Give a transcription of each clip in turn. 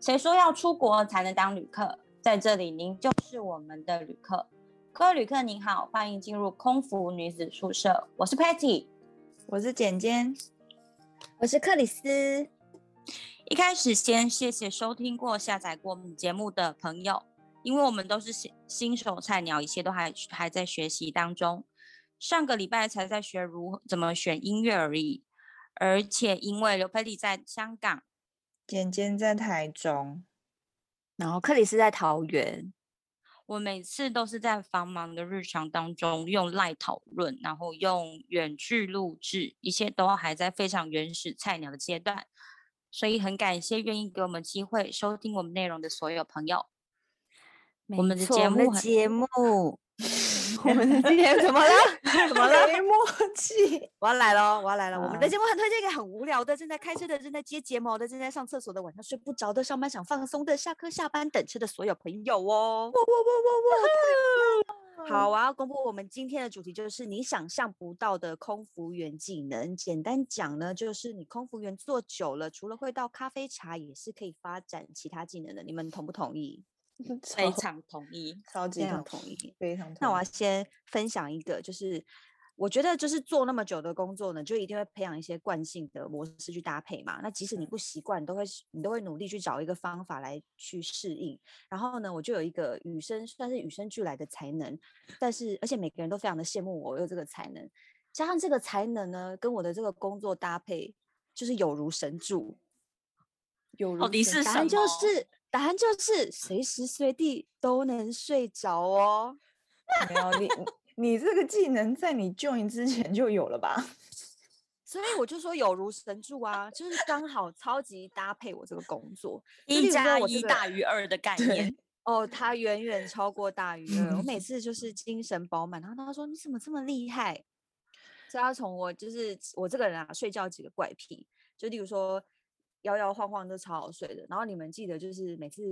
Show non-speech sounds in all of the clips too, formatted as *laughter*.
谁说要出国才能当旅客？在这里，您就是我们的旅客。各位旅客您好，欢迎进入空服女子宿舍，我是 Patty。我是简简，我是克里斯，一开始先谢谢收听过、下载过我们节目的朋友，因为我们都是新新手菜鸟，一切都还还在学习当中。上个礼拜才在学如怎么选音乐而已，而且因为刘佩丽在香港，简简在台中，然后克里斯在桃园，我每次都是在繁忙的日常当中用赖讨论，然后用远距录制，一切都还在非常原始菜鸟的阶段，所以很感谢愿意给我们机会收听我们内容的所有朋友。我们的没错节我们目的很节目，我们的节目怎么了？怎么了？没默契。我要来喽！我要来了！我们的好节目很推荐给很无聊的、正在开车的、正在接睫毛的、正在上厕所的、晚上睡不着的、上班想放松的、下课下班等车的所有朋友哦。嗯好，我要公布我们今天的主题，就是你想象不到的空服员技能。简单讲呢，就是你空服员做久了，除了会倒咖啡茶，也是可以发展其他技能的。你们同不同意？非常同意。嗯超级非常同同意，非常同嗯意。那我要先分享一个，就是我觉得就是做那么久的工作呢，就一定会培养一些惯性的模式去搭配嘛。那即嗯使你不习惯，你都会你都会努力去找一个方法来去适应。然后呢，我就有一个与生算是与生俱来的才能，但是而且每个人都非常的羡慕我有这个才能，加上这个才能呢，跟我的这个工作搭配，就是有如神助。有到底哦是答什案就么是答案就是随时随地都能睡着哦。没有你，你你这个技能在你 join 之前就有了吧？所以我就说有如神助啊，就是刚好超级搭配我这个工作。就例一如说加我这一个大于二的概念，哦，它远远超过大于二。我嗯每次就是精神饱满，然后他说你怎么这么厉害？所以他从我就是我这个人啊，睡觉几个怪癖，就例如说摇摇晃晃都超好睡的。然后你们记得就是每次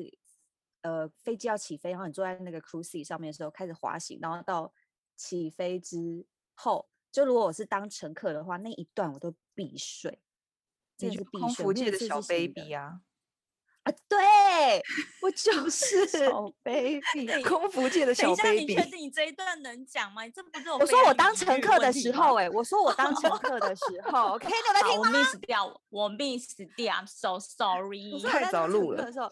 呃飞机要起飞，然后你坐在那个 cruise seat 上面的时候开始滑行，然后到起飞之后，就如果我是当乘客的话，那一段我都必睡，真你的就是必空睡。服我那界一的次小是醒的 baby 啊，啊，对我 *laughs* 就是哎小 baby，对空服界等的小一下，你 baby 确。定你这一段能讲吗？你这不是我说非我常当疑乘虑客问的题时吗候、欸，我说我当 *laughs* 乘客的时候，OK，你有没有好，听我 miss 掉，我 miss 掉，I'm so 我 *laughs* sorry 说。我太在早当乘录客了的时候，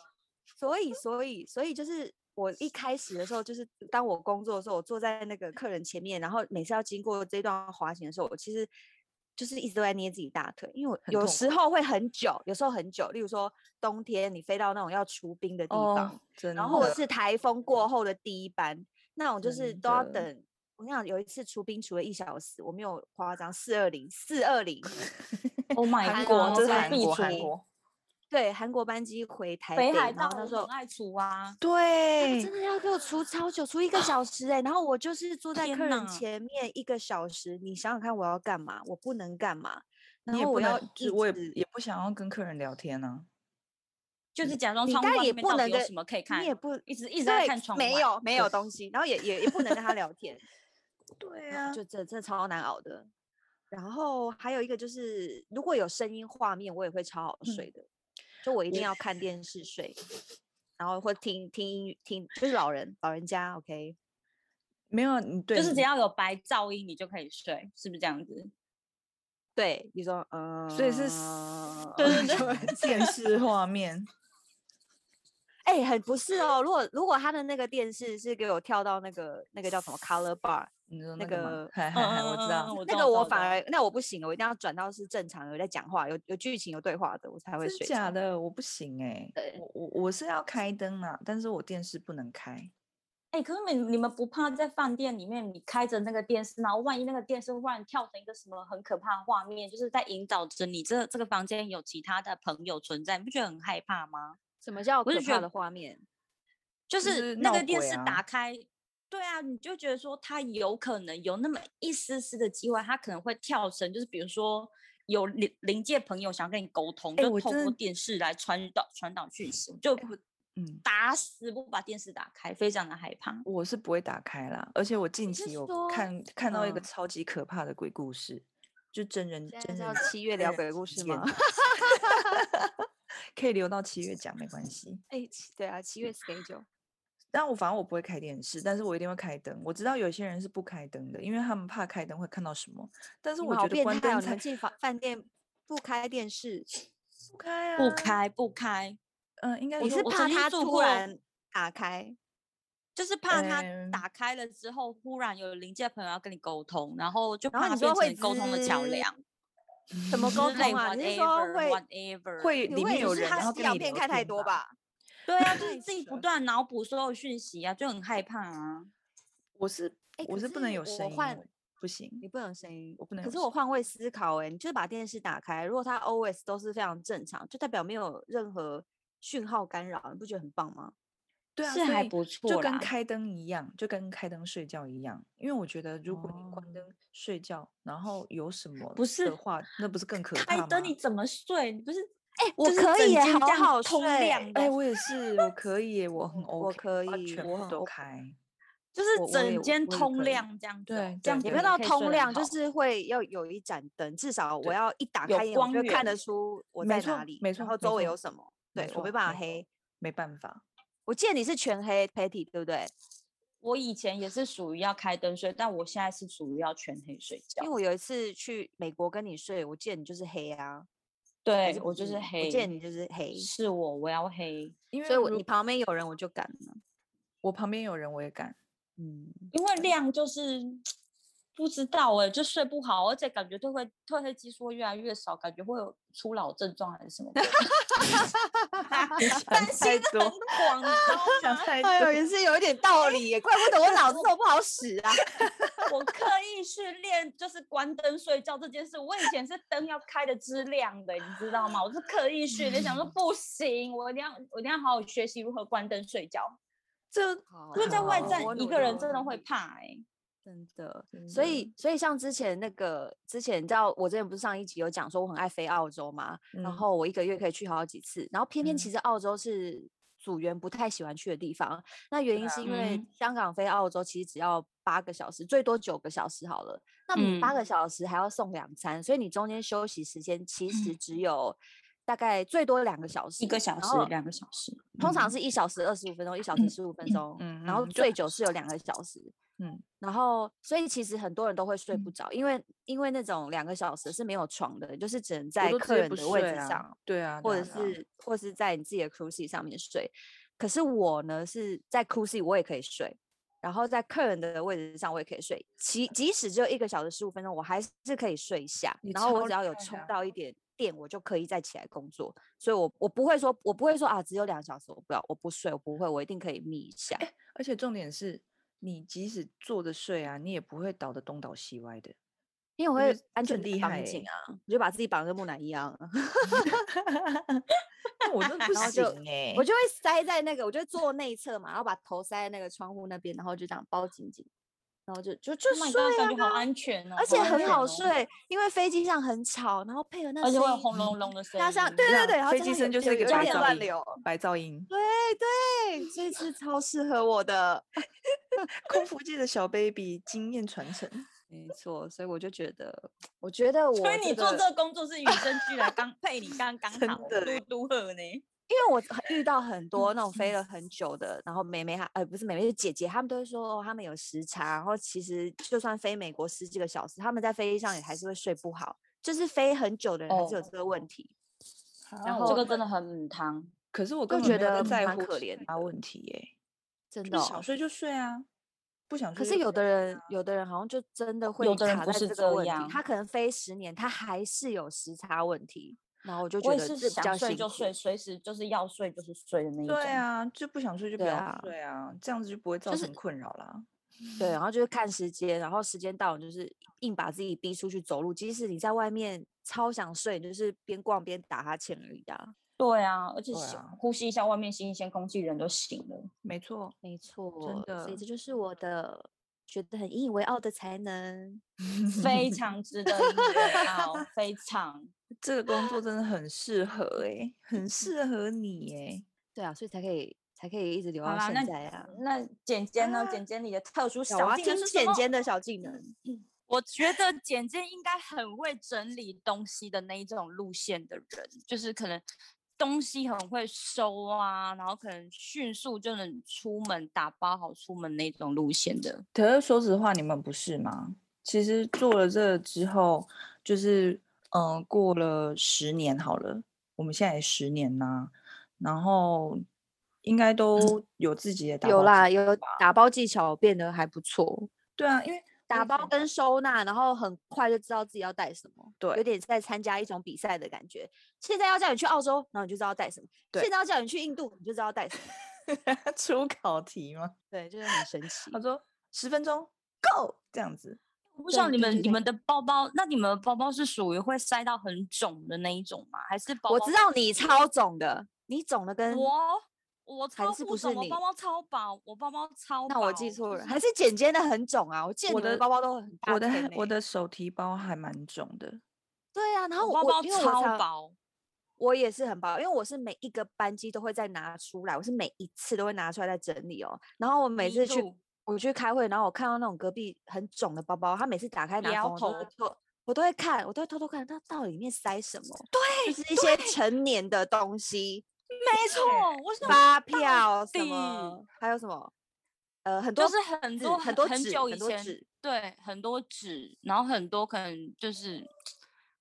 所以，所以，所以就是我一开始的时候，就是当我工作的时候，我坐在那个客人前面，然后每次要经过这段滑行的时候，我其实就是一直都在捏自己大腿，因为我很有痛时候会很久，有时候很久，例如说冬天你飞到那种要除冰的地方，哦，真然后我的是台风过后的第一班，那种就是真都要的等。我跟你讲，有一次除冰除了一小时，我没有夸张，四二零，四二零， Oh my 韩 god，国，真这是的韩必国，出韩国，对，韩国班机回台北北，海然道后他我说很爱出啊，对真，的要给我除超久，除一个小时哎、然后我就是坐在天客呐人前面一个小时，你想想看我要干嘛？我不能干嘛？然你也后不我要能，一就我也直也不想要跟客人聊天啊。就是假装嗯你窗户当然外也面不到底能有跟什么可以看你也，不一直一直在对看窗没外有没有东西，然后也也也不能跟他聊天，对啊然后就这这超难熬的。然后还有一个就是，如果有声音画面，我也会超好睡的。就我一定要看电视睡，然后或听听音乐，听就是老人老人家 OK。没有，你对，就是只你要有白噪音你就可以睡，是不是这样 *laughs* 子？对，你说呃嗯，所以是对 *laughs* 对对电视画面，哎、很不是哦。如果如果他的那个电视是给我跳到那个那个叫什么 Color Bar，你说那那个吗个嗨嗨嗨，我嗯嗯嗯知嗯道，我知那道我知道个我我知反道而那我不行，我一定要转到是正常有在讲话，有有剧情有对话的，我才会真睡假着。的我不行哎、对我我我是要开灯啊，但是我电视不能开。哎、可是你们你们不怕在饭店里面，你开着那个电视，然后万一那个电视忽然跳成一个什么很可怕的画面，就是在引导着你这这个房间有其他的朋友存在，你不觉得很害怕吗？什么叫我可是觉怕得的画面？就就是是那闹个电鬼视啊打开，对啊，你就觉得说它有可能有那么一丝丝的机会，它可能会跳绳，就是比如说有临临界朋友想跟你沟通，哎就我透真过的电视来传导传导讯息，我就嗯，打死不把电视打开，非常的害怕。我是不会打开啦，而且我近是期有说看看到一个嗯超级可怕的鬼故事，就真人现在真是人要七月真聊人鬼故事见吗？ *laughs* 可以留到七月讲，没关系。哎、七 *laughs* 对啊，七月 schedule，但我反正我不会开电视，但是我一定会开灯。我知道有些人是不开灯的，因为他们怕开灯会看到什么。但是你我们好觉得变关态灯哦！你才们进房饭店不开电视，不开啊，不。开不开，嗯、应该我你说是我怕曾经它做突过然打开，就是怕它嗯打开了之后，忽然有邻界朋友要跟你沟通，然后就然怕它后你说变会成沟通的桥滋梁。怎么沟之类通啊？你是说 whatever 会 whatever 会你里会面有就是人，它然后跟药你片聊开太天多吧？吧？对 *laughs* 啊，就是自己扯不断脑补所有讯息啊，就很害怕啊。我是哎我可是不能是有我声音，换我不行你。不能有声音，我不能可有是我声换位思考、欸，哎，你就是把电视打开，如果它 always 都是非常正常，就代表没有任何讯号干扰，你不觉得很棒吗？对啊，是所还以不就错跟啦开灯一样，就跟开灯睡觉一样。因为我觉得，如果你哦关灯睡觉，然后有什么不是的话，那不是更可怕开吗？灯你怎么睡？你不是哎、我就是可整以、欸，间好这样好通睡亮哎、的我也是，我可以耶，我很 OK，我可要以全我部很都 OK 开。就是我我也整我间我也通可以亮这样子哦，对这样对子对也没有你到可以通睡得很亮，就好是会要有一盏灯，至少我对要一打有开眼，我光就看源得出我没在错哪里，没然错后没周围错有什么。没对，我没错办没法错黑。没办法，我记得你是全黑 Patty，对不对？我以前也是属于要开灯睡，但我现在是属于要全黑睡觉因为。我有一次去美国跟你睡，我记得你就是黑啊，还对是，不我就是你黑，我记得你就是黑，是我，我要黑。因为所以我如你旁边有人我就敢了。我旁边有人我也 *laughs* 敢。嗯，因为量就是不知道哎、就睡不好，而且感觉褪黑褪黑激素会越来越少，感觉会有初老症状还是什么鬼的。你想 *laughs* 担太心多很广，你知道想吗太哎呦，多，也是有一点道理耶，怪不得我脑子都不好使啊。我刻意训练就是关灯睡觉这件事，我以前是灯要开的支亮的，你知道吗？我是刻意训练，想说不行，我一定要我一定要好好学习如何关灯睡觉。这 *laughs* 好因为在外好站哦我一努个人力嗯真的会怕哎、真的，真所的以所以像之前那个之前，你知道我之前不是上一集有讲说我很爱飞澳洲嘛，然嗯后我一个月可以去好几次，然后偏偏其嗯实澳洲是组员不太喜欢去的地方，那原因啊是因为嗯香港飞澳洲其实只要八个小时，最多九个小时好了，那你八嗯个小时还要送两餐，所以你中间休息时间其嗯实只有大概最多两个小时，一个小然时后、两个小时，通常嗯是一小时二十五分钟，一小时十五分钟，嗯然嗯后就最久是有两个小时。嗯，然后所以其实很多人都会睡不嗯着，因为因为那种两个小时是没有床的，就是只能在我都直客接人不的位睡置啊上，对啊，或对者啊对啊是或是在你自己的 crew seat 上面睡。可是我呢是在 crew seat 我也可以睡，然后在客人的位置上我也可以睡，其即使只有一个小时十五分钟，我还是可以睡一下你，然后我超只要厉有害的充啊到一点。电我就可以再起来工作，所以我我不会说，我不会说啊，只有两个小时，我不要，我不睡，我不会，我一定可以眯一下。而且重点是你即使坐着睡啊，你也不会倒得东倒西歪的。因为我觉会得安这全很带厉绑害紧欸啊，我就把自己绑跟木乃伊一样，那我真的不 *laughs* 然后就行哎、我就会塞在那个，我就会坐内侧嘛，然后把头塞在那个窗户那边，然后就这样包紧紧，然后就就就 Oh my 睡 god，感觉好啊，安全哦，而且安很全好哦，睡，因为飞机上很吵，然后配合那而且声会有音，轰隆隆的声音，加上对对对，然后飞加机上声有就是一有个有白点噪乱音流，白噪音。对对，这次超适合我的， *laughs* 空服界的小 baby 经验传承，没错，所以我就觉得，我觉得我所以你这做个这个工作是与生俱来，刚配你刚刚真好，的嘟欸嘟喝呢。因为我很遇到嗯很多那种飞了很久的，然后妹妹她呃不是妹妹是姐姐，她们都会说、哦、她们有时差，然后其实就算飞美国十几个小时，她们在飞机上也还是会睡不好，就是飞很久的人还是有哦这个问题。然哦后这个真的很母汤， *laughs* 可是我就根本觉没有在得在蛮乎可时怜差的问题耶、真就的是哦、想睡就睡啊，不想可睡就是有睡的人，有的人好像就真的会有的人卡不在是这这个问题，样他可能飞十年，他还是有时差问题。然后我就觉我也得是这比较想睡辛就苦。睡，随时就是要睡就是睡的那一种。对，啊，就不想睡就不对要啊睡啊，这样子就不会造就是成困扰啦。对，然后就是看时间，然后时间到，你就是硬把自己逼出去走路。即使你在外面超想睡，你就是边逛边打哈欠而已啊。对啊，而且对吸啊呼吸一下外面新鲜空气，人都醒 *laughs* 了。没错，没错，所以的这就是我的觉得很引以为傲的才能。非常值得 *laughs* 引以为傲，非常。 *laughs* 这个工作真的很适合哎、很适合你哎、对啊，所以才可以才可以一直留好到啦，那现在啊。那简简呢啊？简简你的特殊对啊小我要技能听是什简么？简的小技能，我觉得简介应该很会整理东西的那一种路线的人，就是可能东西很会收啊，然后可能迅速就能出门打包好出门那种路线的。可是说实话，你们不是吗？其实做了这之后，就是嗯、呃过了十年好了，我们现在也十年呐、然后应该都有自己的打嗯有包啦，机有打包技巧变得还不错，对啊， *laughs* 因为打我以包前跟收纳，然后很快就知道自己要带什么，有对点在参加一种比赛的感觉。现在要叫你去澳洲，然后你就知道带什么；对现在要叫你去印度，你就知道带什么。出考题吗？对，就是很神奇他。说十分钟 go 这样子，我不知道对你对们对你们的包包，那你们的包包是属于会塞到很肿的那一种吗？还是包包我知道你超肿的，你肿的跟我我还超是不不是肿，我你包包超薄，我包包超薄。那我记错哦就了，是还是简简的很肿啊！我见我你们的包包都很大我的件我欸的手提包还蛮重的，对啊，然后我我包包因为我超常薄，我也是很薄，因为我是每一个班机都会再拿出来，我是每一次都会拿出来再整理哦。然后我每迷次去路我去开会，然后我看到那种隔壁很肿的包包，他每次打开拿摇封，我都会头偷我都会看，我都会偷偷看他到底里面塞什么，对，就是一些成年的东西，没错，我想发票什底么，还有什么，呃，很多就是很纸多很多很纸久以很多前纸，对，很多纸，然后很多可能就是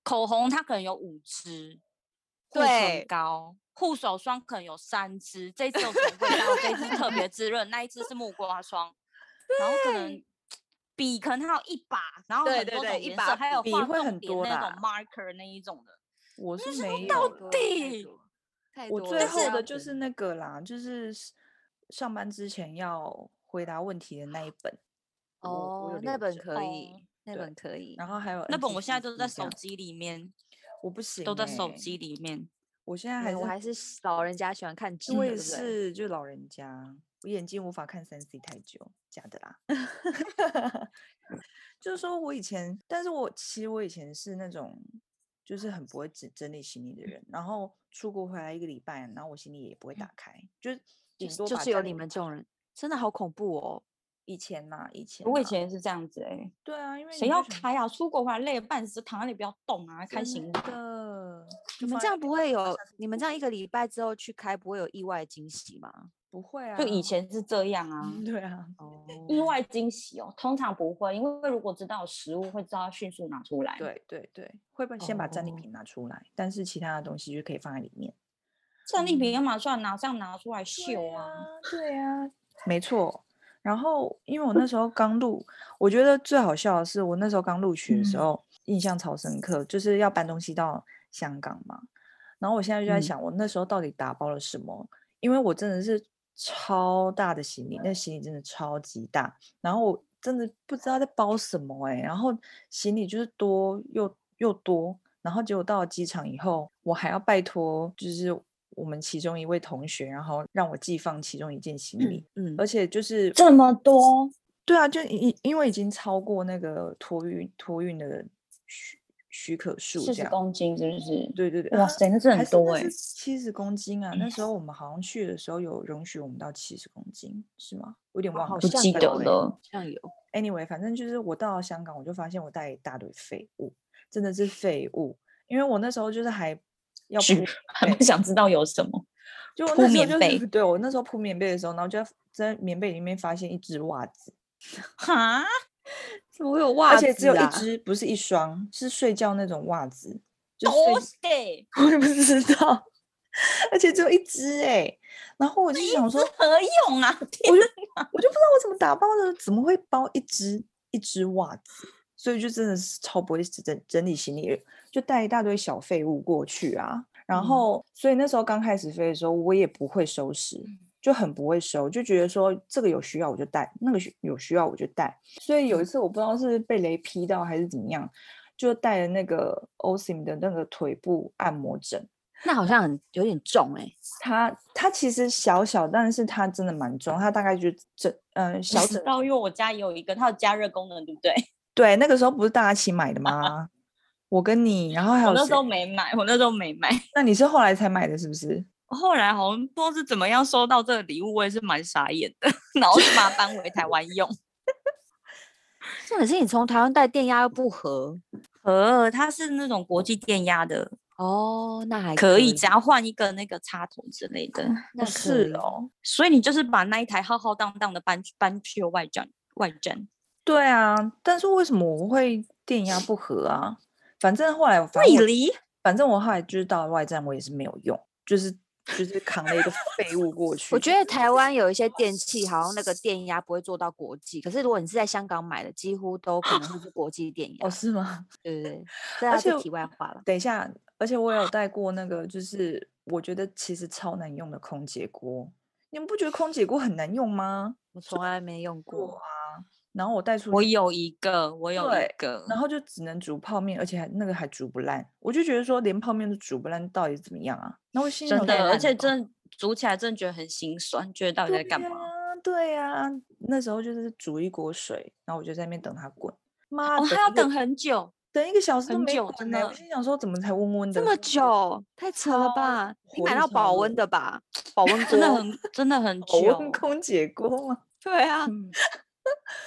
口红，它可能有五支，护对唇膏、护手霜可能有三支，这一支有什么味道？这一支特别滋润，那一支是木瓜霜，然后可能。笔可能它有一把，然后对很对多对种一颜把色，还有笔画会重很点多那种啦 marker 那一种的。我是是没到有底了。底太我多最了后要的就是那个啦，就是是上班之前要回答问题的那一本，我我有哦，留那本着可以哦，那对本可以，然后还有那本我现在 NCCC 都在这手样，机里面，我不行、欸，都在手机，里面。我现在还没是有嗯我还是喜老人家喜欢看纸的，我对也不对？是，就老人家，我眼睛无法看三 C 太久，假的啦。就是说我以前，但是我其实我以前是那种，就是很不会整整理行李的人。然后出国回来一个礼拜，然后我行李也不会打开，就是就顶是多就把是有家里你们这种人，真的好恐怖哦。以前呐、以前我以啦前也是这样子哎、对啊，因为谁你就要想开啊？出国回来累得半死，躺在那里不要动啊，开真行李。的，就你们放在这样那不边会然后有下次，你们这样一个礼拜之后去开，不会有意外惊喜吗？不会啊？就以前是这样啊，对啊，哦，意外惊喜哦，通常不会，因为如果知道有食物，会知道要迅速拿出来。，对对对，会把先把战利哦品拿出来，但是其他的东西就可以放在里面。战利品要马上拿上拿出来秀嗯对啊。，对啊， *laughs* 没错。然后，因为我那时候刚入，我觉得最好笑的是，我那时候刚入学的时嗯候，印象超深刻，就是要搬东西到香港嘛。然后我现在就在嗯想，我那时候到底打包了什么？因为我真的是超大的行李，那行李真的超级大，然后我真的不知道在包什么哎、然后行李就是多又又多，然后结果到了机场以后，我还要拜托就是我们其中一位同学，然后让我寄放其中一件行李，嗯，而且就是这么多，对啊，就因因为已经超过那个托运托运的许许可数四这十样，公斤是不是？对对对，哇啊塞，那是很多哎、七十公斤啊！那时候我们好像去的时候有容许我们到七十公斤，是吗？我有点好忘好了，不像记得有哎欸了。这样有 Anyway，反正就是我到了香港，我就发现我带一大堆废物，真的是废物。因为我那时候就是还要是铺，很不想知道有什么。就我铺那时候棉就是被对我那时候铺棉被的时候，然后就在在棉被里面发现一只袜子，哈，怎么会有袜而且只有一啊只，不是一双，是睡觉那种袜子，就睡多塞， *laughs* 我也不知道， *laughs* 而且只有一只哎、然后我就想说，何用啊？我就我就不知道我怎么打包的，怎么会包一只一只袜子？所以就真的是超不会整整理行李的，就带一大堆小废物过去啊。然嗯后，所以那时候刚开始飞的时候，我也不会收拾，就很不会收，就觉得说这个有需要我就带，那个需有需要我就带。所以有一次我不知道是被雷劈到还是怎么样，就带了那个 Osim 的那个腿部按摩枕，那好像很有点重哎、它它其实小小，但是它真的蛮重，它大概就整嗯、呃、小我知整道，因为我家也有一个，它有加热功能，对不对？对，那个时候不是大家一起买的吗？我跟你，然后还我有那时谁候？没买，我那时候没买。那你是后来才买的，是不是？后来好像不知道是怎么样收到这个礼物，我也是蛮傻眼的， *laughs* 然后就把它搬回台湾 *laughs* 用。重点是你从台湾带电压又不合，呃，它是那种国际电压的，哦，那还可以，只要换一个那个插头之类的。那是可以，哦，所以你就是把那一台浩浩荡荡的搬去搬去外站外站，对啊，但是为什么我会电压不合啊？反正后来我反正我瑞离反正我后来就是到外站，我也是没有用，就是就是扛了一个废物过去。我觉得台湾有一些电器好像那个电压不会做到国际，可是如果你是在香港买的，几乎都可能会是国际电压哦，。是吗？ *laughs* 对对对，这而要是且题外话了。等一下，而且我有带过那个，就是我觉得其实超难用的空姐锅，你们不觉得空姐锅很难用吗？我从来没用过，然后我带出我去有一个，我有一对个，然后就只能煮泡面，而且还那个还煮不烂，我就觉得说连泡面都煮不烂，到底是怎么样啊？然后我心里真想说的，而且真的煮起来真的觉得很心酸，觉得到底在对干呀嘛？对呀、那时候就是煮一锅水，然后我就在那边等它滚，妈，哦，等还要一个等很久，等一个小时都很没久滚真呢、我的心想说怎么才温温的这么 *laughs* 久太扯了超吧？你火买力到超保热温的吧？保温真的锅？很真的很保久温。空姐锅吗？对啊，嗯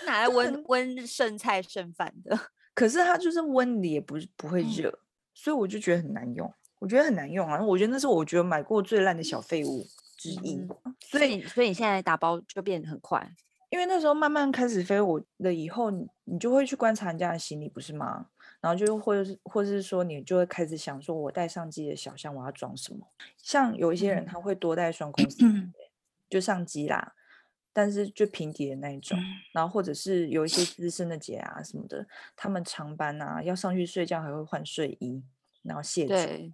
拿来温温剩菜剩饭的。可是它就是温的也不是不会嗯热，所以我就觉得很难用，我觉得很难用啊！我觉得那是我觉得买过最烂的小废物之一。嗯所以所以你现在打包就变得很快。因为那时候慢慢开始飞，我了以后你你就会去观察人家的行李，不是吗？然后就或者是或是说你就会开始想说，我带上机的小箱我要装什么？像有一些人他会多带双空丝嗯就上机啦，但是就平底的那一种，然后或者是有一些资深的姐啊什么的，他们长班啊要上去睡觉还会换睡衣，然后卸妆。对，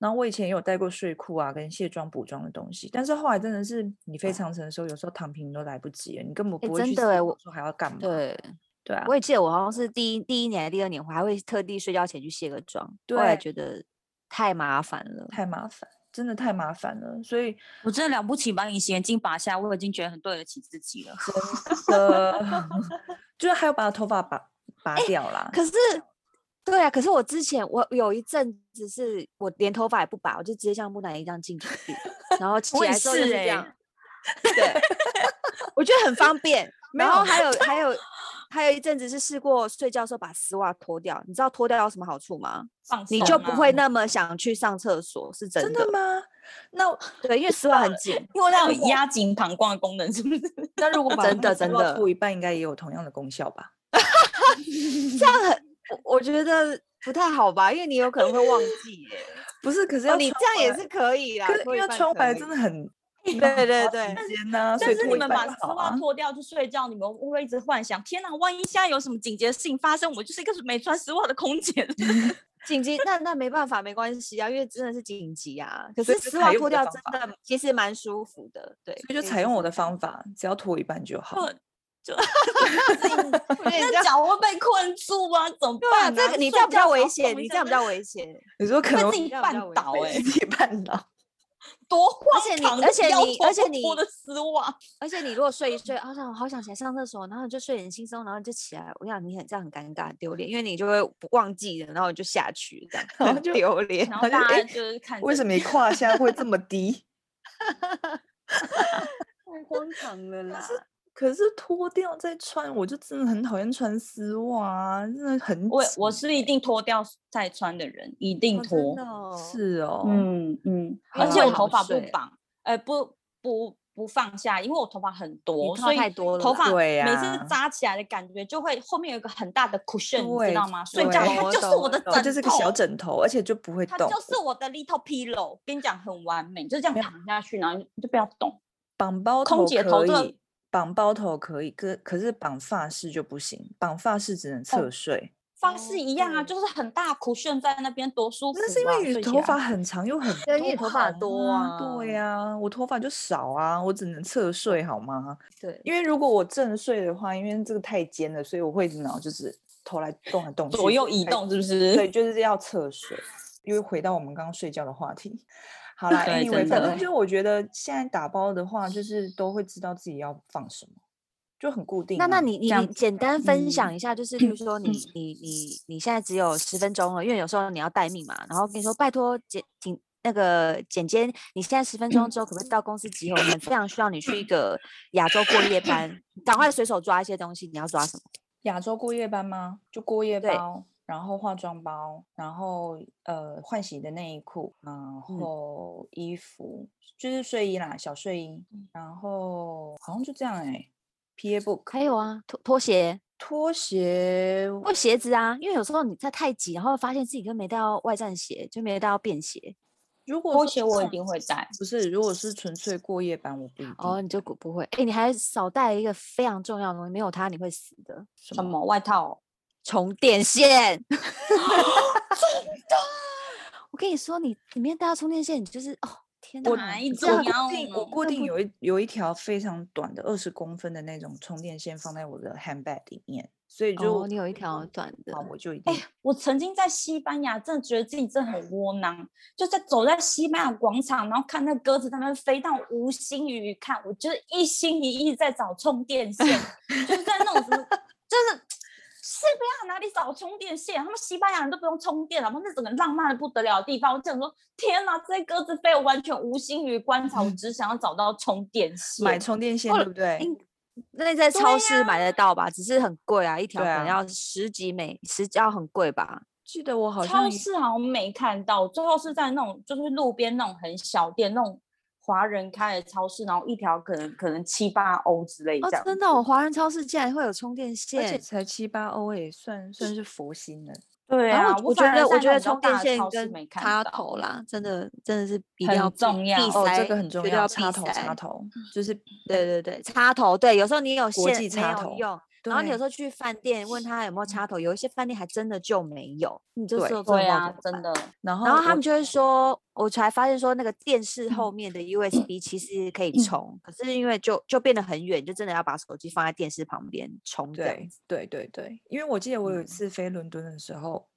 然后我以前也有带过睡裤啊，跟卸妆补妆的东西，但是后来真的是你飞长城的时候，有时候躺平都来不及了，你根本哦诶不会真去的思诶考我说还要干嘛。对，对啊我，也记得我好像是第一第一年还是第二年，我还会特地睡觉前去卸个妆，后来对觉得太麻烦了。太麻烦，真的太麻烦了。所以我真的了不起，把隐形眼镜拔下，我已经觉得很对得起自己了。呃， *laughs* 就是还要把头发拔拔掉啦。可是，对啊，可是我之前我有一阵子是我连头发也不拔，我就直接像木乃伊这样进去然后起我也来之后就是是欸这样。对，我觉得很方便。没然后有还有还有还有一阵子是试过睡觉的时候把丝袜脱掉，你知道脱掉有什么好处吗？放你松就不啊会那么想去上厕所，是真真的吗？那对，因为丝袜很紧。因为它有压紧膀胱的功能，是不是？ *laughs* 那如果 *laughs* 把真那个的丝真袜的脱一半，应该也有同样的功效吧？我我觉得不太好吧，因为你有可能会忘记耶。不是，可是哦要、你这样也，是可以啦，可是因脱一为半穿可白以真的很 *laughs* 对对对时间呐，所但以是你脱一们半把就丝好袜啊脱掉去睡觉，你们会不会一直幻想？天哪，万一现在有什么紧急的事情发生，我就是一个没穿丝袜的空姐。紧急，那那没办法，没关系啊，因为真的是紧急啊。可所是以就丝采袜用脱我的掉方真的其实蛮舒服的，对。所以就采用我的方法，只要脱一半哦就好。 *laughs* *laughs* 法。我觉得你这那样脚会被困住啊，怎么对啊，办、这个你这样比较危险，你这样比较较危险。你说可能会 *laughs* 自己这样比较绊危倒险哎、自己绊倒， *laughs* 多荒且你唐的而且腰你脱而且不脱你的丝袜，而且你如果睡一睡，好想好想起来上厕所，然后你就睡得很轻松，然后你就起来，我想你很这样很尴尬很丢脸，因为你就会不忘记了，然后你就下去这样， *laughs* 然后很就丢脸。然后就大家诶就是看为什哎么么你胯下会这么低？太荒唐了啦！ *laughs* 可是脱掉再穿，我就真的很讨厌穿丝袜啊，真的很我紧我是一定脱掉再穿的人，一定哦脱。真的哦是哦，嗯嗯，因为而且我会头好发不睡绑，呃，不不不放下，因为我头发很多，头所发以太多了头啦发对每呀次扎起来的感觉就会后面有一个很大的 cushion，你对知道吗？睡觉对它我就是懂我的我懂枕它哦就是个小头枕头，而且就不会它动。就是我的 little pillow，跟你讲很完美，就这样躺下去，然后你就不要动。绑包空姐头可这以，绑包头可以，可可是绑发饰就不行，绑发饰只能侧睡。发哦饰一样啊，对就是很大 cushion 在那边多舒服啊。那是因为你睡起头发来很长又很对因为你头发好多吗啊对呀、我头发就少啊，我只能侧睡好吗？对，因为如果我正睡的话，因为这个太尖了，所以我会一直脑就是头来动来动去，左右移哎动，是不是？ *laughs* 对，就是要侧睡。因为回到我们刚刚睡觉的话题，好啦 *laughs* 对，anyway，真反的正就我觉得现在打包的话，就是都会知道自己要放什么，就很固定啊、那那你你这样你简单分享一下，就是例如说你嗯你你你现在只有十分钟了，因为有时候你要待命嘛，然后跟你说拜托简请那个简简，你现在十分钟之后可不可以到公司集合？我们非常需要你去一个亚洲过夜班，赶快随手抓一些东西，你要抓什么？亚洲过夜班吗？就过夜对包，然后化妆包，然后呃换洗的内衣裤，然后衣服、就是睡衣啦，小睡衣，然后好像就这样哎、欸。P A book 还有啊，拖拖鞋，拖鞋或鞋子啊，因为有时候你在太急，然后发现自己跟没带到外站鞋，就没带到便鞋。如果拖说鞋是我一上定会带，不是，如果是纯粹过夜班，我不一定哦，你就不不会，哎、你还少带一个非常重要的东西，没有它你会死的，什么外套？充电线。 *laughs* 真的， *laughs* 我跟你说，你里面带到充电线，你就是哦，天哪，我哪一你种知道呀固定我嗯固定有一有一条非常短的二十公分的那种充电线放在我的 handbag 里面，所以就、哦，你有一条短的啊，，我就一定、我曾经在西班牙，真的觉得自己真的很窝囊，就在走在西班牙广场，然后看那鸽子在那边飞，但我无心于看，我就是一心一意在找充电线，就是在那种什么，就是西班牙哪里找充电线？他们西班牙人都不用充电了，他们那整个浪漫的不得了的地方，我就想说，天哪，这些鸽子飞，我完全无心于观察，我只想要找到充电线。买充电线，或对者不对？应那你在对超市买得到吧？只是很贵啊，一条可对能啊要十几美，十要很贵吧？记得我好超像也市好像没看到，最后是在那种就是路边那种很小店，那种华人开的超市，然后一条可能可能七八欧之类这哦样，子。真的、哦，华人超市竟然会有充电而且线。才七八欧诶，算算是佛心了。对然啊后，我我觉反而得，我在觉那得种充比较电大的线超市没跟看插到头啦，真的真的是比较很重要哦，这个很重要，插头插头，头就是对对对，插头，对，有时候你有国线际没插有头用，然后你有对时候去饭店问他有没有插头，有一些饭店还真的就没有，你就对说对啊，真的，然后然后我他们就会说，我才发现说那个电视后面的 USB 其实可以充，可是因为就就变得很远，就真的要把手机放在电视旁边充这样对子。对对对，因为我记得我有一嗯次飞伦敦的时候，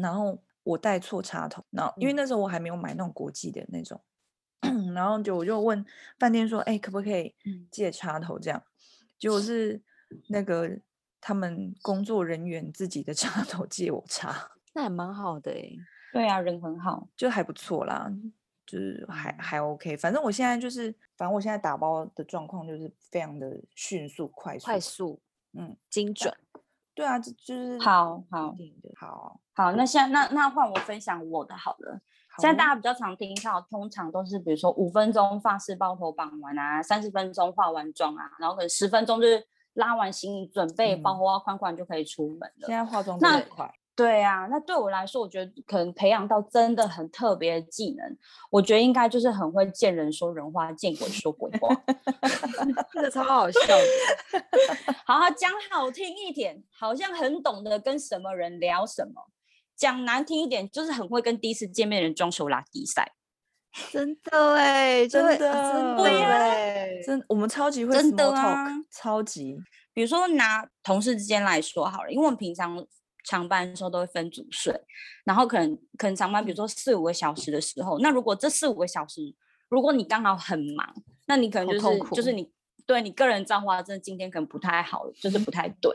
然后我带错插头，然后因为嗯那时候我还没有买那种国际的那种， *clears throat* 然后就我就问饭店说，哎、可不可以嗯借插头这样？结果是那个他们工作人员自己的插头借我插，那还蛮好的诶、对啊，人很好。就还不错啦。就是还嗯还 OK，反正我现在就是，反正我现在打包的状况就是非常的迅速、快速，快速、嗯，精准。对啊，这就是好好一定的好，好，那现在那那换我分享我的好哦了。现在好大家比较常听到，通常都是比如说五分钟发式包头绑完啊，三十分钟化完妆啊，然后可能十分钟就是拉完行李，准备包嗯包啊、款款就可以出门了现。在化妆真那的很快，对啊，那对我来说，我觉得可能培养到真的很特别的技能，我觉得应该就是很会见人说人话，见鬼说鬼话。这个超好笑的，好，他讲好听一点，好像很懂得跟什么人聊什么；讲难听一点，就是很会跟第一次见面的人装熟拉低赛。 *laughs* 真的哎、就真会啊真的对啊哎真我们超级会真的 small talk，、啊超级比如说拿同事之间来说好了，因为我们平常长班的时候都会分组睡，然后可能可能长班，嗯比如说四五个小时的时候，那如果这四五个小时，如果你刚好很忙，那你可能好就痛是就是苦你对你个人造化真的今天可能不太好，就是不太对。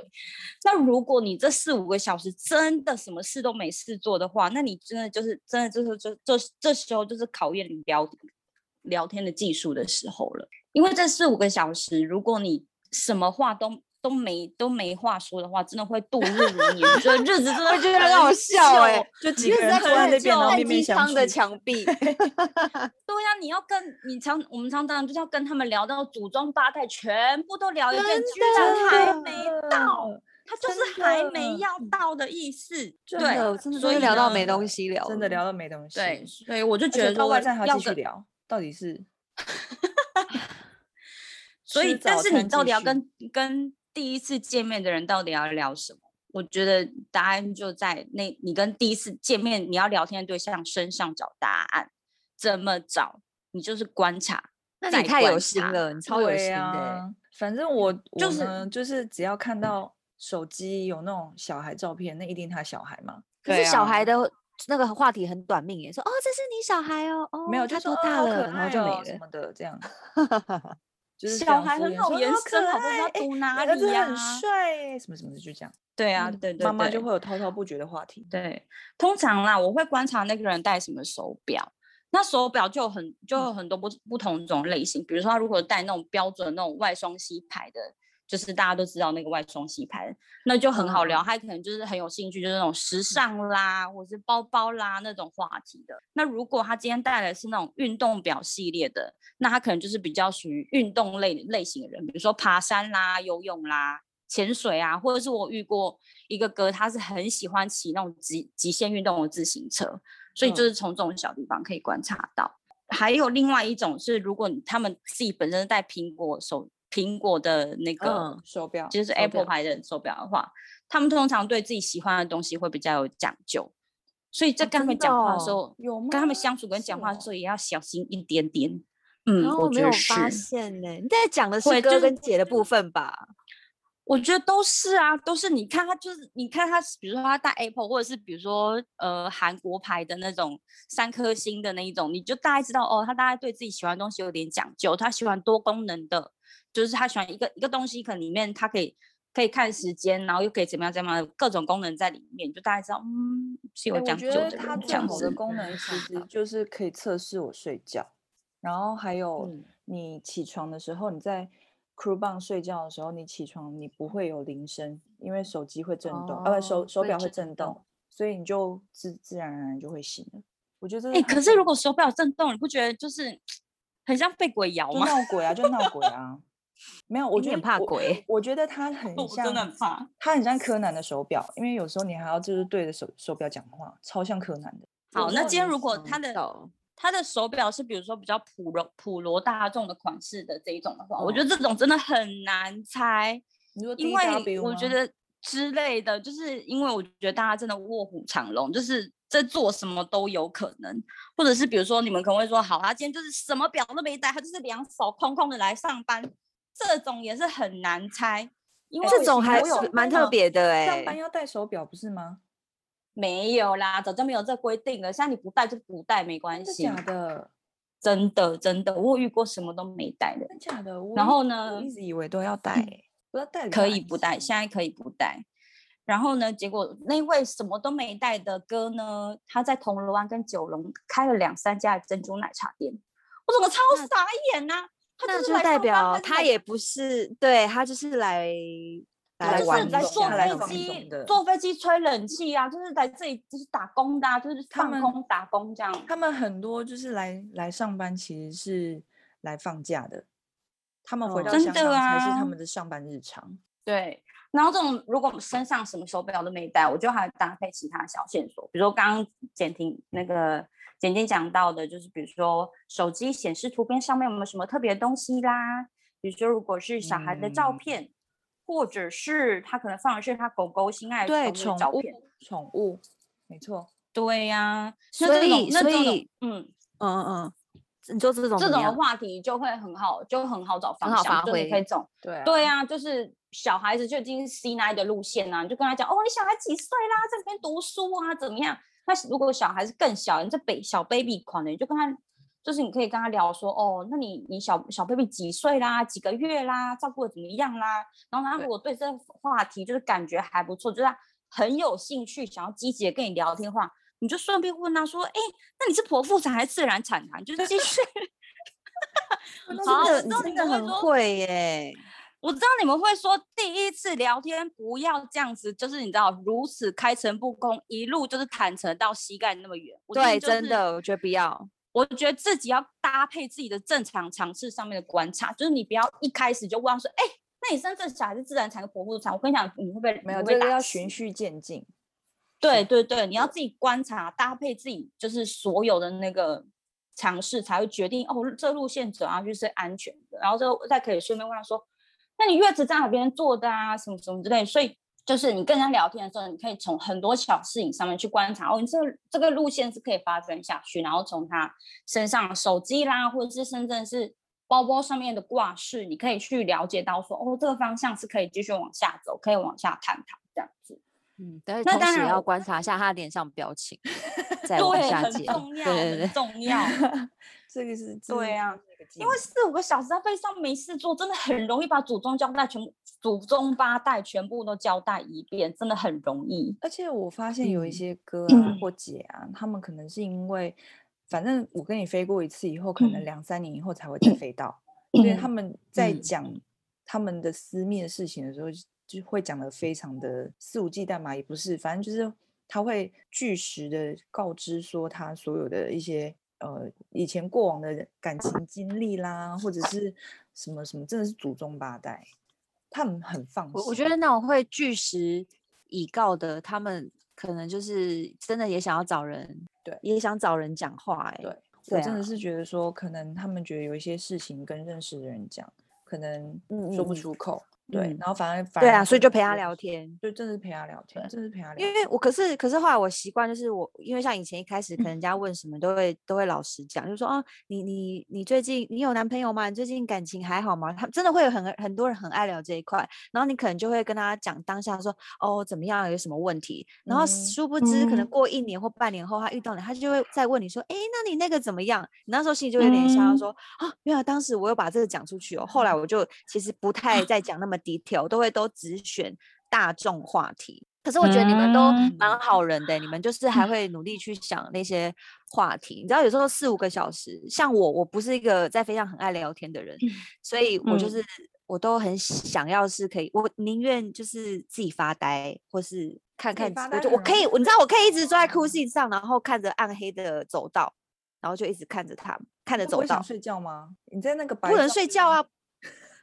那如果你这四五个小时真的什么事都没事做的话，那你真的就是真的就是就就这时候就是考验你聊聊天的技术的时候了。因为这四五个小时，如果你什么话都都没都没话说的话，真的会度日如年，这日子真的我觉得很好笑哎、哎。就你欸几就个是人在坐在那边，然后看面面鸡相汤的觑。墙 *laughs* 壁，对呀、你要跟你常我们常常就是要跟他们聊到祖宗八代，全部都聊一遍，居然还没啊到，他就是真还没的嗯要到的意思。真对的，真的所都以是聊到呢没东西聊，真的聊。到没东西。对，所以我就而觉且得到说外站还要要继续跟，聊，到底是 *laughs* 所以吃但早是你餐到继底要续跟跟第一次见面的人到底要聊什么？我觉得答案就在那，你跟第一次见面你要聊天的对象身上找答案，怎么找？你就是观察，那再你太有观心察了，你超有对心的欸、啊。反正我就我是呢，就是只要看到手机有那种小孩照片，那一定他小孩嘛。可对是小孩啊的那个话题很短命耶，说哦这是你小孩哦，哦没有，就他说多哦大好了，可然后爱就哦没什了。么的这样。 *laughs* 就是非小常孩敷很衍好说延好伸，可好不好？爱要哎读哪你儿里子呀、很帅欸，什么什么的，就这样。对啊，嗯对对妈妈就对会有滔滔不绝的话题。对，通常啦，我会观察那个人戴什么手表。那手表就有很就有很多不不同种类型，比如说他如果戴那种标准那种外双吸牌的，就是大家都知道那个外双吸盘，那就很好聊。他可能就是很有兴趣，就是那种时尚啦，或是包包啦那种话题的。那如果他今天带来是那种运动表系列的，那他可能就是比较属于运动类类型的人，比如说爬山啦、游泳啦、潜水啊，或者是我遇过一个哥，他是很喜欢骑那种极极限运动的自行车，所以就嗯是从这种小地方可以观察到。还有另外一种是，如果你他们自己本身戴苹果手苹果的那个，嗯，手表就是手 Apple 表牌的手表的话，他们通常对自己喜欢的东西会比较有讲究，所以在哦跟他真们的讲话的哦时候，有吗？跟他们相处跟是讲话的哦时候也要小心一点点。嗯，然后我哦没觉有得发是，现呢、你在讲的是会就哥是跟姐的部分吧？我觉得都是啊，都是你看他就是你看他，比如说他戴 Apple，或者是比如说呃韩国牌的那种三颗星的那一种，你就大概知道哦，他大概对自己喜欢的东西有点讲究，他喜欢多功能的，就是他喜欢一个一个东西，可能里面它可以可以看时间，然后又可以怎么样怎么样，各种功能在里面，你就大概知道嗯是有欸讲我究觉得的它人这最样好的子。 *laughs* 功能其实就是可以测试我睡觉，然后还有嗯你起床的时候，你在 crew bang 睡觉的时候，你起床你不会有铃声，因为手机会震动，啊不手哦手会表会震震动动，所以你就自自然而然就会醒了。我觉得这哎、很可是如好果手表震动，你不觉得就是很像被鬼摇就吗？闹鬼啊，就闹鬼啊，没有，我你觉很得怕我鬼我觉得 *laughs* 它很我像真的很怕。它很像柯南的手表，因为有时候你还要就是对着手手表讲话，超像柯南的。好，那今天如果他他的它的手表是比如说比较普罗普罗大众的款式的这一种的话，我觉哦得这种真的很难猜，你说因 DW 为我觉吗得之类的，就是因为我觉得大家真的卧虎藏龙，就是在做什么都有可能，或者是比如说你们可能会说，好，他今天就是什么表都没戴，他就是两手空空的来上班，这种也是很难猜，因为这种我还有是蛮看特到别的哎、上班要戴手表不是吗？没有啦，早就没有这规定了，像你不戴就不戴没关真的系，假的？真的真的，我有遇过什么都没戴的。真假的？我然一后我呢嗯一直以为都要戴欸，不要戴可以不带，现在可以不带。然后呢，结果那位什么都没带的哥呢，他在铜锣湾跟九龙开了两三家的珍珠奶茶店，我整个超那傻眼呐、他那是就来代上班表是他来也不是，对他就是来来就是玩的来一坐下来飞放机松的坐飞机吹冷气啊，就是来这里就是打工的、啊，就是他放们空打工这样。他们很多就是来来上班，其实是来放假的。他们回哦到真香的港才是他啊们的上班日常。对，然后这种如果我们身上什么手表都没带，我就还搭配其他小线索，比如说刚刚简婷那个简简讲到的，就是比如说手机显示图片上面有没有什么特别的东西啦，比如说如果是小孩的照嗯片，或者是他可能放的是他狗狗心爱的对，宠物宠的照物片，，宠物，没错。对呀、那所这种以那所这种以嗯，嗯嗯嗯，你说这种这怎种么的样话题就会很好，就很好找很方好向，发就你可以挥走对啊对啊，就是小孩子就已经是 C 奶的路线啦、你就跟他讲哦，你小孩几岁啦，在里边读书啊，怎么样？那如果小孩是更小，你这北小 baby 款的，你就跟他，就是你可以跟他聊说，哦，那你你小小 baby 几岁啦，几个月啦，照顾的怎么样啦？然后他对如果对这个话题就是感觉还不错，就是他很有兴趣，想要积极的跟你聊天的话，你就顺便问他说，哎，那你是剖腹产还是自然产啊？你就继续好我真真的知你道真你的们会很说会耶、我知道你们会说第一次聊天不要这样子，就是你知道如此开诚布公，一路就是坦诚到膝盖那么远。我最对，近就真是，的，我觉得不要。我觉得自己要搭配自己的正常尝试上面的观察，就是你不要一开始就问他说，哎、那你生这小孩是自然产还是剖腹产？我跟你讲，你会被你没有会被这个打要死循序渐进。对对对，你要自己观察搭配自己，就是所有的那个尝试，才会决定哦，这路线走下去是安全的。然后之后再可以顺便问他说，那你月子在哪边做的啊？什么什么之类。所以就是你跟人家聊天的时候，你可以从很多小事情上面去观察哦，你这个这个路线是可以发展下去。然后从他身上手机啦，或者是甚至是包包上面的挂饰，你可以去了解到说，哦，这个方向是可以继续往下走，可以往下探讨这样子。嗯，但是那同当时也然要我观察一下他脸上 *laughs* 表情，再往对，下很接。重要，对对很对，重要。这个是对啊，因因嗯为四五个小时在背上没事做，真的很容易把祖宗交代全部、祖宗八代全部都交代一遍，真的很容易。而且我发现有一嗯些哥啊或姐啊，他们可能是因为，反正我跟你飞过一次以后，可能嗯两三年以后才会再飞到，所以他们在嗯讲他们的私密的事情的时候，就会讲的非常的肆无忌惮嘛，也不是，反正就是他会据实的告知说他所有的一些呃以前过往的感情经历啦，或者是什么什么，真的是祖宗八代，他们很放我我觉心得那种会据实以告的，他们可能就是真的也想要找人，对也想找人讲话、欸，对，对我真啊的是觉得说，可能他们觉得有一些事情跟认识的人讲，可能嗯说不嗯嗯出口，对，嗯然后反而反对而啊，所以真就的陪他是聊，天。就真的是陪他聊天，真的是陪他聊因天，为我可是可是后来我习惯就是我，因为像以前一开始嗯可能人家问什么都会都会老实讲，就说啊你你你最近你有男朋友吗？你最近感情还好吗？他真的会有很很多人很爱聊这一块，然后你可能就会跟他讲当下说哦怎么样有什么问题，然后嗯殊不知可能嗯过一年或半年后他遇到你，他就会再问你说哎那你那个怎么样？你那时候心里就有点想要嗯说啊原来当时我有把这个讲出去哦，嗯后来我就其实 *laughs* 不太再讲那么 detail，都会都只选大众话题。可是我觉得你们都蛮嗯好人的、你们就 *laughs* 是还会努力去想那些话题。你知道，有时候四五个小时，像我，我不是一个在飞上很爱聊天的人，所以我就嗯是、我都很想要是可以，我宁愿就是自己发呆，或是看自己看，发我呆就很我可容以，易我你知道，我可以一直坐在啊 c u 上，然后看着暗黑的走道，然后就一直看着他，看着那不走会想道。睡觉吗？你在那个白不能噪睡音觉啊，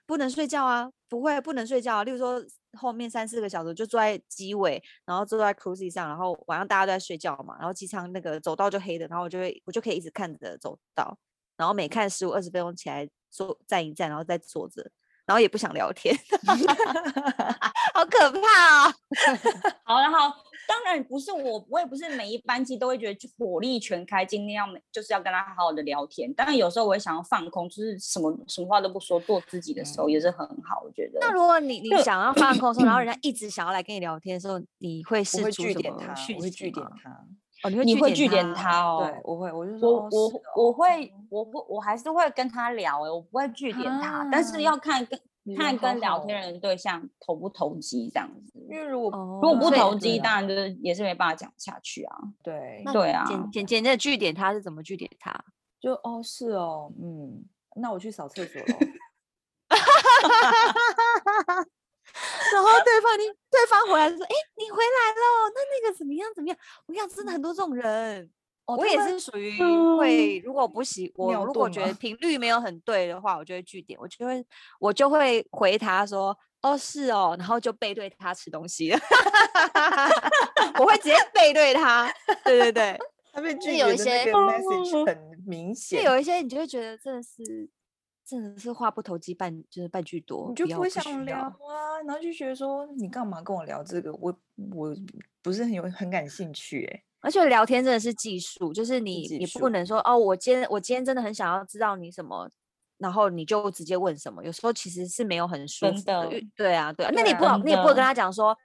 不能睡觉啊，不会不能睡觉、啊。例如说后面三四个小时就坐在机尾，然后坐在 cruise 上，然后晚上大家都在睡觉嘛，然后机舱那个走道就黑的，然后我就会我就可以一直看着走道，然后每看十五二十分钟起来坐站一站，然后再坐着，然后也不想聊 *laughs* 天，好可怕啊！好了好，当然不是我，我也不是每一班机都会觉得火力全开，今天要每就是要跟他好好的聊天。当然有时候我也想要放空，就是什么什么话都不说，做自己的时候也是很好，我觉得。嗯那如果你你就想要放空的时候，然后人家一直想要来跟你聊天的时候，你会我试会出据什点么他，讯我会息据点吗他，哦，你会你会据据点他他哦，嗯对，我会，我就说我哦我是哦我会我会我还是会跟他聊、欸，我不会据点他，但啊是要看跟你人看好跟聊好天哦人对象投不投机这样因子。为如果如果哦不所以投对机，啦当然就是也是没办法讲下去啊。对那，对啊，简简简单的据点他是怎么据点他？就哦是哦，嗯，那我去扫厕 *laughs* 所喽。然后对方你对方回来就说：“哎、你回来喽，那那个怎么样怎么样？”我跟你讲，真的很多这种人，嗯哦我他也们是属于会，如果不喜我秒如果遁觉得吗频率没有很对的话，我就会据点，我就会我就会回他说：“哦，是哦。”然后就背对他吃东西了， *laughs* 我会直接背对他。对对 *laughs* 对，他被就是拒有绝一的些那 *laughs* 个 message 很明就显，有一些你就会觉得真的是真的是话不投机半就是半句多，你就要不会需想聊要啊，然后就觉得说你干嘛跟我聊这个？我我不是很有很感兴趣哎、而且聊天真的是技术，就是你技你术不能说哦，我今天我今天真的很想要知道你什么，然后你就直接问什么。有时候其实是没有很舒真服的的因为对啊，对啊，那对你不啊好，真你也不会跟的他讲说，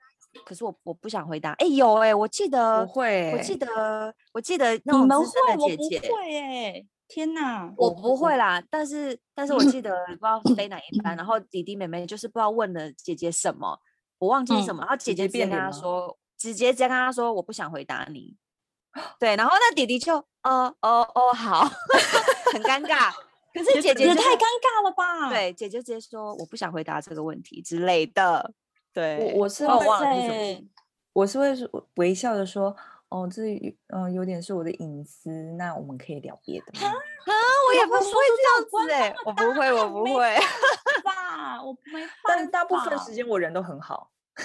可是我我不想回答。哎，有哎，我记得呃我，会、我记，得，我记得那你种们资会深我的姐不姐，会哎、天哪！我我不我会啦，但是但是我记得 *clears throat* 不知道飞哪一班，然后弟弟妹妹就是不知道问了姐姐什么，我忘记是什嗯么，然后姐姐姐姐直接变跟脸他吗说，直接直接跟他说我不想回答你， *clears throat* 对，然后那弟弟就哦哦哦好， *laughs* 很尴尬，可是姐姐也就太是尴尬了吧？，对，姐姐直接说我不想回答这个问题之类的，对，我我是哦会忘了是什么对，我是会说微笑的说，哦，这嗯、呃有点是我的隐私，那我们可以聊别的吗。我你也们会不会说出这种这样官子哎、方的我不会，我案不没会。吧，我没但办大部分法时间我人都很好， *laughs*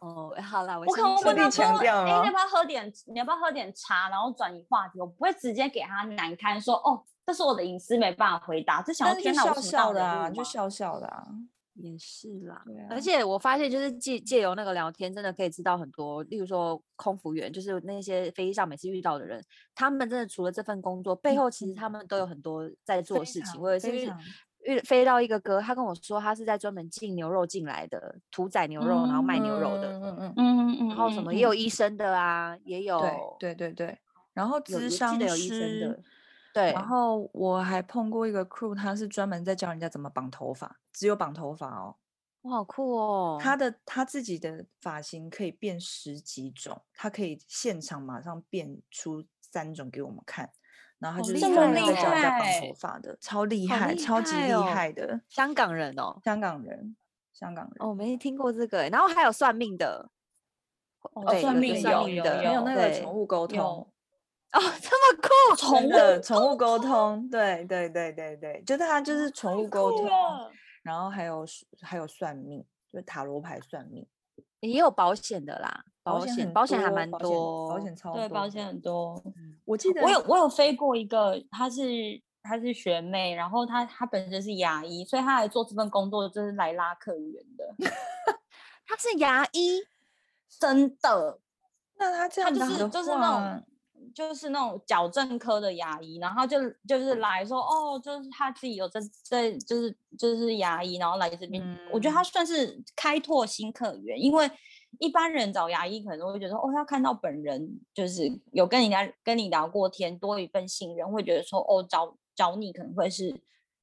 哦，好啦，我我可能相会特信问地他说：“强调哦哎、吗要不要喝点？你要不要喝点茶？然后转移话题。”我不会直接给他难堪，说：“哦，这是我的隐私，没办法回答。”这想但要是就天哪，我笑什么大笑的人啊，物就吗笑笑的啊。也是啦，对啊而且我发现就是借借由那个聊天，真的可以知道很多，例如说空服员，就是那些飞机上每次遇到的人，他们真的除了这份工作，背后其实他们都有很多在做的嗯非事情。常我有一次非遇常遇飞到一个哥，他跟我说他是在专门进牛肉进来的，屠宰牛肉，然后卖牛肉的，嗯嗯嗯，嗯嗯嗯，然后什嗯么也有医生的啊，也有对对对对。然后有我智记商得有医生师的，，对，然后我还碰过一个 crew，他是专门在教人家怎么绑头发，只有绑头发哦。哇，好酷哦，他的他自己的发型可以变十几种，他可以现场马上变出三种给我们看。然后他好就是厉专门害在教人家绑哦头发的，超厉好害，厉超级害厉哦害的香港人哦，香港人。香港人。哦，没听过这个欸、然后还有算命的，哦对算有命有对算命的，没有那个对宠物沟有通，哦，这么酷，真的宠物沟通，对对对对对，就是他就是宠物沟通，然后还有是还有算命，就是塔罗牌算命，也有保险的啦，保险很保险还蛮保险多，保险超对，保多险很多。我记得我有我有飞过一个，她是她是学妹，然后她她本身是牙医，所以她来做这份工作就是来拉客源的， *laughs* 他是牙医，真的。那他这他样就子是的就是那话种，就是那种矫正科的牙医，然后就就是来说哦，就是他自己有在在就是就是牙医，然后来这边，我觉得他嗯算是开拓新客源，因为一般人找牙医可能都会觉得哦要看到本人，就是有跟人家跟你聊过天，多一份信任，会觉得说哦找找你可能会是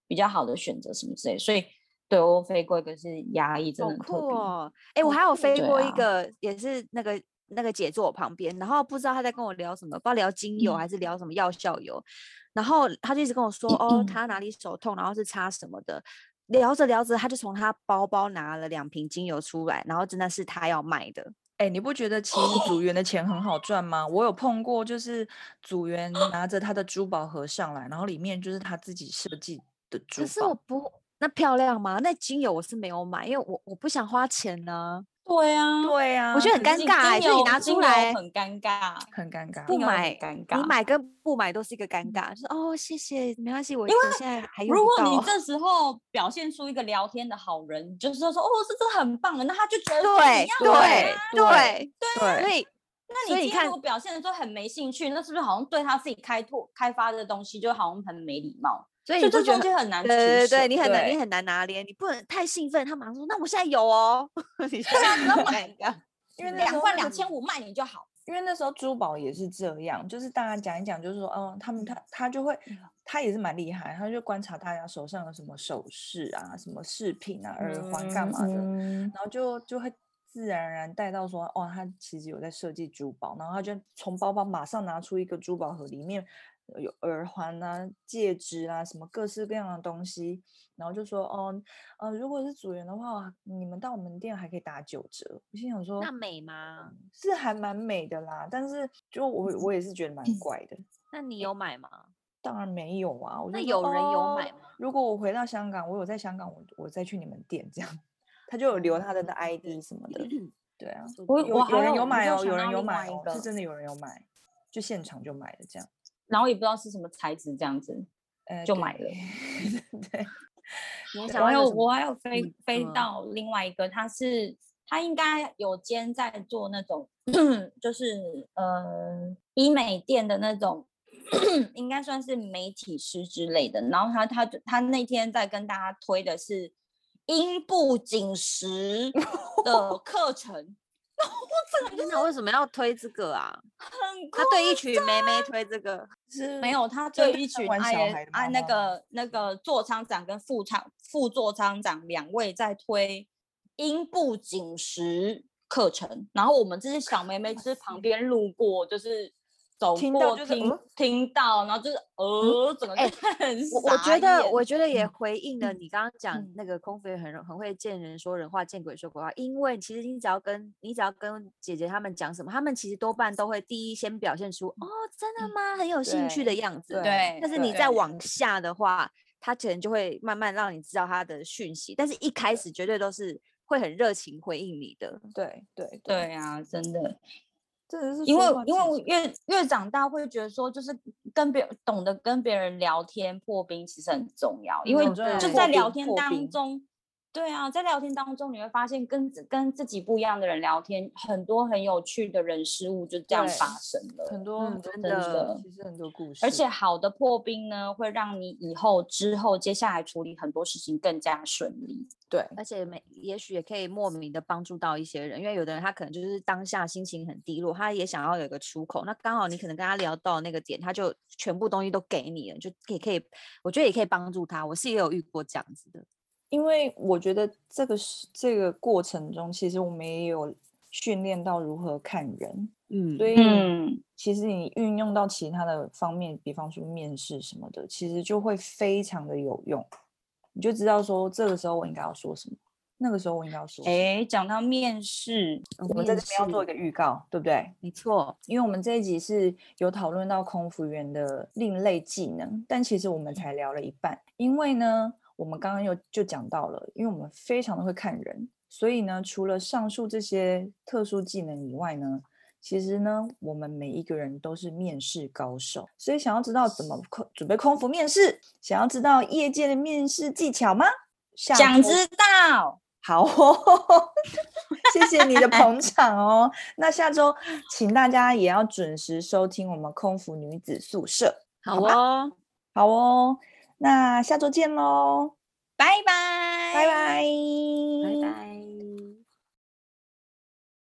比较好的选择什么之类，所以。对，我飞过一个是牙医，真好的很特酷别。哦！哎、我好还有酷飞对过一啊个，也是那个那个姐坐我旁边，然后不知道她在跟我聊什么，不知道聊精油还是聊什么药效油，然后她就一直跟我说，哦，她哪里手痛，然后是擦什么的。聊着聊着，她就从她包包拿了两瓶精油出来，然后真的是她要卖的，哎、你不觉得其实组员的钱很好赚吗？我有碰过，就是组员拿着他的珠宝盒上来，然后里面就是他自己设计的珠可是我宝，不那漂亮吗？那精油我是没有买，因为我我不想花钱呢、对啊，对呀、我觉得很可尴是尬欸精就你油拿精出油来很尴尬。很尴尬。不精油很买尴你尬嗯买跟不买都是一个尴尬，就是哦，谢谢，没关系，我我现在还用如不果你到这时候表现出一个聊天的好人，就是说说哦，这真的很棒的，那他就觉得说对你要买对啊对，对所以那所以你今天你看如果表现的时候很没兴趣，那是不是好像对他自己开拓开发的东西就好像很没礼貌？所以所你以不这觉中得？间很难取对对舍对，你很难，你对很难拿捏，你不能太兴奋。他马上说：“那我现在有哦， *laughs* 你现啊在要买一个。因为那时两候万那两个千五卖你就好。因为那时候珠宝也是这样，就是大家讲一讲，就是说，嗯，他们他他就会，他也是蛮厉害，他就观察大家手上有什么首饰啊、什么饰品啊、耳环干嘛的，嗯然后就就会自然而然带到说，哦，他其实有在设计珠宝，然后他就从包包马上拿出一个珠宝盒，里面有耳环啊、戒指啊，什么各式各样的东西，然后就说，哦，呃，如果是组员的话，你们到我们店还可以打九折。我心想”说，那美吗？是还蛮美的啦，但是嗯就我我也是觉得蛮怪的。那你有买吗？当然没有啊，我那就有说人有买哦吗？如果我回到香港，我有在香港，我我再去你们店这样。他就有留他的那 ID 什么的， *clears throat* 对啊，说哦嗯我不定我还有有有人有我买就哦，想有人到有另买外一哦，个是真的有人有买，就现场就买了这样，然后也不知道是什么材质这样子。呃，就对买了。对，你还我想还要一有个什我么还有飞嗯飞嗯到另外一个，他是他应该有兼在做那种 *clears throat* 就是呃医美店的那种， *clears throat* 应该算是媒体师之类的。然后他他就他那天在跟大家推的是阴部紧实的课 *laughs* 程，那为什么要推这个啊？很他酷对一群妹妹推这个， *laughs* 是没有，他针对对一群玩小 I N 孩的妈 I 那妈个那个座舱长跟副舱副座舱长两位在推阴部紧实课程，然后我们这些小妹妹就是旁边路过，就是走听到过就是听嗯听到，然后就是呃，整个哎就 *laughs* 很我我傻觉得，眼我觉得也回应了你刚刚讲嗯那个空服员很很会见人说人话，见鬼说鬼话。因为其实你只要跟你只要跟姐姐他们讲什么，他们其实多半都会第一先表现出哦，真的吗？很有兴趣的样子。嗯对但是你对再往下的话，他可能就会慢慢让你知道他的讯息，但是一开始绝对都是会很热情回应你的。对对，对啊，真的，真的是因为说话因为其我实越越长大会觉得说，就是跟别懂得跟别人聊天破冰其实很重要，因嗯为我觉得就对在破聊冰天破当冰中，对啊，在聊天当中你会发现跟自跟自己不一样的人聊天，很多很有趣的人事物就这样对发生了。很多嗯很多真故事的其实很多故事，而且好的破冰呢，会让你以后之后接下来处理很多事情更加顺利。对而且每也许也可以莫名的帮助到一些人，因为有的人他可能就是当下心情很低落，他也想要有一个出口，那刚好你可能跟他聊到那个点，他就全部东西都给你了，就也可以，我觉得也可以帮助他。我是也有遇过这样子的，因为我觉得这个是这个过程中，其实我们也有训练到如何看人，嗯所以嗯，其实你运用到其他的方面，比方说面试什么的，其实就会非常的有用。你就知道说这个时候我应该要说什么，那个时候我应该要说，哎，讲到面试，我们在这边要做一个，个预告，对不对？没错，因为我们这一集是有讨论到空服员的另类技能，但其实我们才聊了一半，因为呢，我们刚刚又就讲到了，因为我们非常的会看人，所以呢，除了上述这些特殊技能以外呢，其实呢，我们每一个人都是面试高手，所以想要知道怎么空准备空服面试，想要知道业界的面试技巧吗？下想周知道，好哦， *laughs* 谢谢你的捧场哦。那下周请大家也要准时收听我们空服女子宿舍。好哦，好哦，那下周见喽，拜拜，拜拜，嗯拜拜。